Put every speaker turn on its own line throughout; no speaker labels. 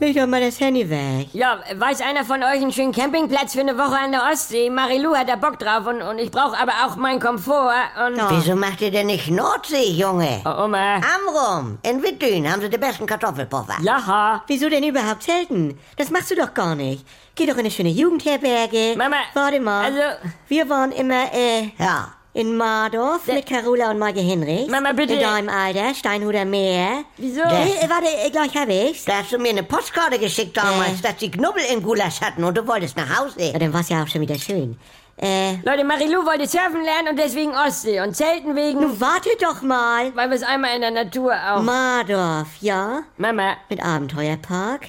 doch mal das Handy weg.
Ja, weiß einer von euch einen schönen Campingplatz für eine Woche an der Ostsee? Marilou hat da Bock drauf und, und ich brauche aber auch meinen Komfort und...
Wieso macht ihr denn nicht Nordsee, Junge?
Oh, Oma.
Amrum, in Wittdün haben sie die besten Kartoffelpuffer.
Jaha.
Wieso denn überhaupt selten? Das machst du doch gar nicht. Geh doch in eine schöne Jugendherberge.
Mama,
Warte mal.
also-
Wir waren immer, äh,
Ja.
in Mardorf mit Carola und Maike Hinrichs.
Mama, bitte.
In deinem Alter, Steinhuder Meer.
Wieso?
Äh, äh, warte, äh, gleich hab ich's.
Da hast du mir eine Postkarte geschickt damals,
Äh.
dass die Knubbel im Gulasch hatten und du wolltest nach Hause. Hm.
Ja, dann war's ja auch schon wieder schön. Äh,
Leute, Marilou wollte surfen lernen und deswegen Ostsee und Zelten wegen,
nun warte doch mal.
weil wir es einmal in der Natur auch...
Mardorf, ja?
Mama,
Mit Abenteuerpark?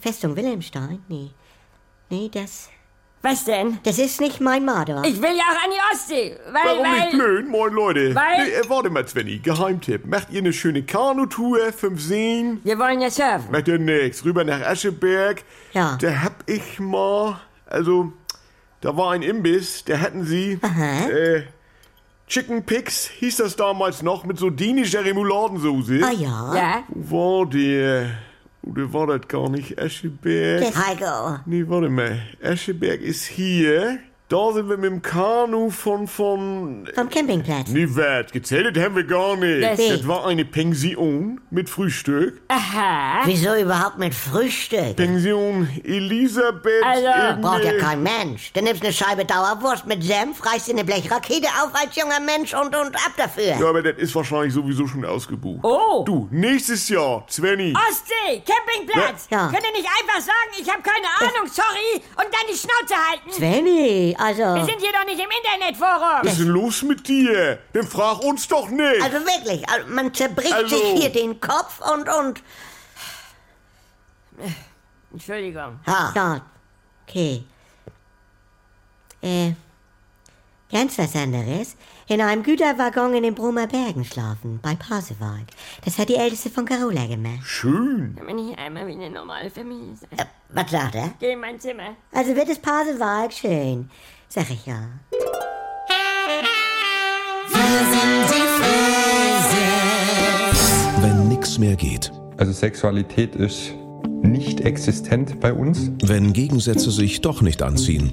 Festung Wilhelmstein? Nee. Nee, das.
was denn?
Das ist nicht mein Mardorf.
Ich will ja auch an die Ostsee, weil...
Warum
weil,
nicht blöd? Moin Leute.
Weil-
Nee, äh, warte mal, Svenny, Geheimtipp. Macht ihr eine schöne Kanutour, fünf Seen?
Wir wollen ja surfen.
Macht ihr nix. Rüber nach Ascheberg.
Ja.
Da hab ich mal, also, da war ein Imbiss, da hatten sie,
Aha.
äh, Chicken Picks hieß das damals noch, mit so dänischer Remouladensauce.
Ah ja.
Ja?
Wo war der? Oder war das gar nicht Ascheberg?
Das-
Heiko,
Nee, warte mal. Ascheberg ist hier. Da sind wir mit dem Kanu von, von...
Vom Campingplatz.
Nee, was? Gezeltet haben wir gar nicht.
Das-
das war eine Pension mit Frühstück.
Aha.
wieso überhaupt mit Frühstück?
Pension Elisabeth.
Also,
in,
Braucht ja
äh,
kein Mensch. Du nimmst eine Scheibe Dauerwurst mit Senf, reißt dir eine Blechrakete auf als junger Mensch und, und ab dafür.
Ja, aber das ist wahrscheinlich sowieso schon ausgebucht.
Oh.
Du, nächstes Jahr, Svenny.
Ostsee, Campingplatz.
Ja.
Könnt ihr nicht einfach sagen, ich habe keine Ahnung, sorry, und dann die Schnauze halten?
Svenny, also.
Wir sind hier doch nicht im Internetforum.
Was ist denn los mit dir? Dann frag uns doch nicht.
Also wirklich, also man zerbricht
Also-
sich hier den Kopf und, und,
Entschuldigung.
ha.
Ja. Okay. Äh. Ganz was anderes. In einem Güterwaggon in den Bromer Bergen schlafen, bei Pasewalk. Das hat die Älteste von Carola gemacht.
Schön.
Kann man nicht einmal wie eine normale Familie sein?
Äh, Was sagt er?
Geh in mein Zimmer.
Also wird es Pasewalk schön. Sag ich ja.
Wenn nichts mehr geht.
Also Sexualität ist nicht existent bei uns.
Wenn Gegensätze sich doch nicht anziehen.